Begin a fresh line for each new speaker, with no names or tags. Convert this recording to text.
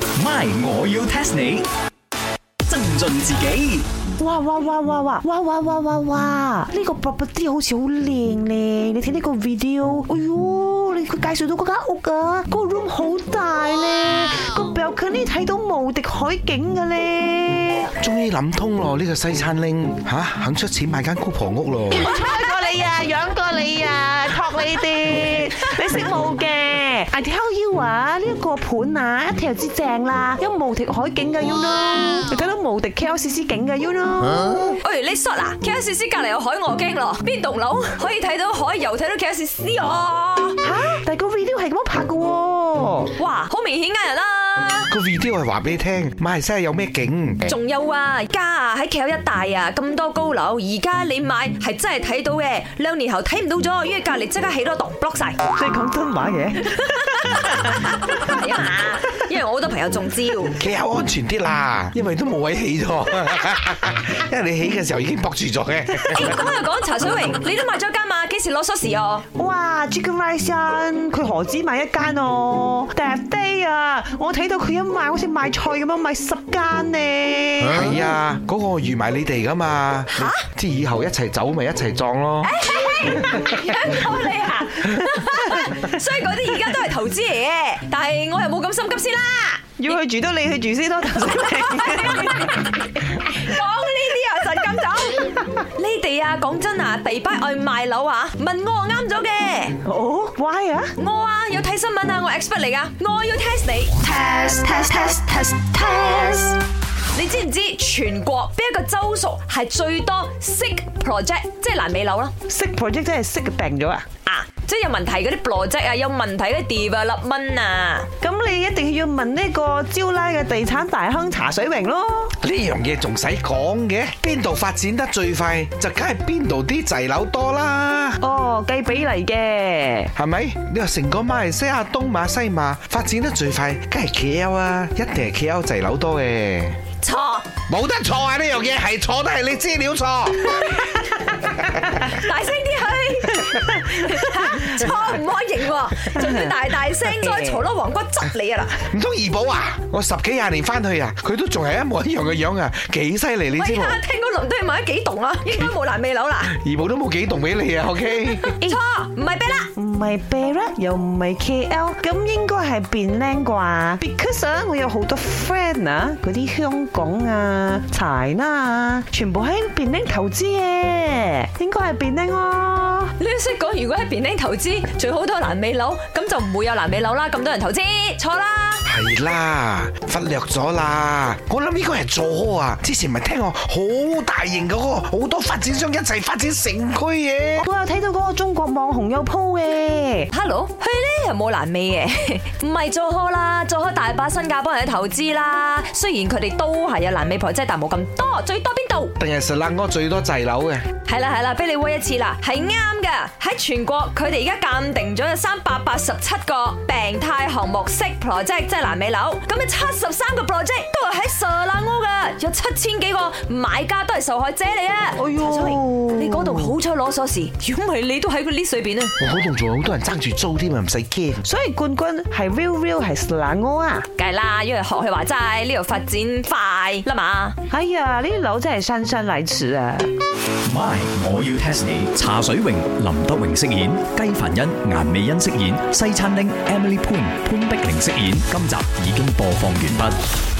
My，我要 test 你。增進自己，
哇哇哇哇哇哇哇哇哇哇！呢個 property 好似好靚咧，你睇呢個 video，哎喲，你佢介紹到嗰間屋啊，個 room 好大咧，個 balcony 睇到無敵海景嘅咧。
終於諗通咯，呢個西餐拎吓肯出錢買間姑婆屋咯。
吹過你啊，養過你啊，托你啲，你識冇嘅。I tell you 啊，呢一個盤啊，一睇就知正啦，有無敵海景嘅 you know，你睇到無敵 KLCC 景嘅 you know。
喂，你 shot 啊？KLCC 隔離有海鵝驚咯，邊棟樓可以睇到海，又睇到 KLCC 啊？
吓，但係個 video 係咁樣拍嘅喎。
哇，好明顯呃人啦！
個 video 係話俾你聽，馬來西亞有咩景？
仲有啊，而家啊喺 KL 一帶啊咁多高樓，而家你買係真係睇到嘅，兩年後睇唔到咗，因為隔離即刻起多棟 block 晒。
即係講真話嘅，
係啊嘛，因為我好多朋友中招。
企口安全啲啦，因為都冇位起咗， 因為你起嘅時候已經駁住咗嘅。
誒，咁又講茶水榮，你都買咗間嘛？幾時攞鎖匙啊？
哇！Chicken Rice 啊佢何止買一間哦？Death Day 啊，我睇到佢一賣好似賣菜咁樣賣十間呢。
係啊，嗰個預埋你哋噶嘛，即係以後一齊走咪一齊撞咯。
養過你啊！所以嗰啲而家都係投資嚟嘅，但係我又冇咁心急先啦。
要去住都你去住先咯，頭先
講呢啲啊，神咁走。你哋啊，講真啊，迪拜愛賣樓啊，問我啊啱咗嘅。
哦，why 啊？
我啊有睇新聞啊，我 expert 嚟噶，我要 test 你。
test test test test test
你知唔知全國邊一個州屬係最多 sick project，即係爛尾樓啦？
識 project 真係識病咗啊！
啊，即係有問題嗰啲 project 啊，有問題嘅 development 啊。
咁你一定要問呢個招拉嘅地產大亨茶水榮咯。
呢樣嘢仲使講嘅？邊度發展得最快，就梗係邊度啲滯樓多啦，
哦，計比例嘅。
係咪？你話成個馬來西亞東馬西馬發展得最快，梗係 KL 啊，一定係 KL 滯樓多嘅。
錯，
冇得錯啊！呢樣嘢係錯都係你資料錯。
大聲啲去。 嚇錯唔可以認喎，仲要大大聲，再嘈咯，黃骨執你啊啦！
唔通怡寶啊？我十幾廿年翻去啊，佢都仲係一模一樣嘅樣啊，幾犀利你
喂，
知冇？
聽講倫敦買咗幾棟 啦，應該冇爛尾樓啦。
怡寶都冇幾棟俾你啊，OK？
錯，唔係俾啦。
唔係 Barra 又唔係 KL，咁應該係 Penang 啩？Because 啊我有好多 friend 啊，嗰啲香港啊、柴啦啊，全部喺 Penang 投資嘅，應該係 Penang 咯。
你都識講，如果喺 Penang 投資，最好都係爛尾樓，咁就唔會有爛尾樓啦。咁多人投資，錯啦。
係啦，忽略咗啦。我諗呢個係做啊，之前咪聽我好大型嗰個，好多發展商一齊發展城區嘅。
我有睇到嗰個中國網紅有 po 嘅，
Hello，去咧又冇爛尾嘅，唔 係做開啦，做開大把新加坡人去投資啦。雖然佢哋都係有爛尾 project，但冇咁多，最多邊度？
定係實冷哥最多滯樓嘅，
係啦係啦，俾你威一次啦，係啱噶。喺全國，佢哋而家鑑定咗有三百八十七個病態項目式 project，即係爛尾樓。咁有七十三個 project 都係喺蛇蘭屋噶，有七千幾個買家都係受害者嚟啊！
哎呦
查出嚟你嗰度好彩攞鎖匙，如果唔係你都喺個 list 裏邊啊！
我嗰度仲有好多人爭住租添啊，唔使驚。
所以冠軍係 Real Real 係 Selangor 啊！
梗係啦，因為學佢話齋，呢度發展快啦嘛。
哎呀，呢啲樓真係姍姍來遲啊！
My，我要 test 你。茶水榮、林德榮飾演，雞凡欣、顏美欣飾演，西餐廳 Emily Poon 潘碧玲飾演。今集已經播放完畢。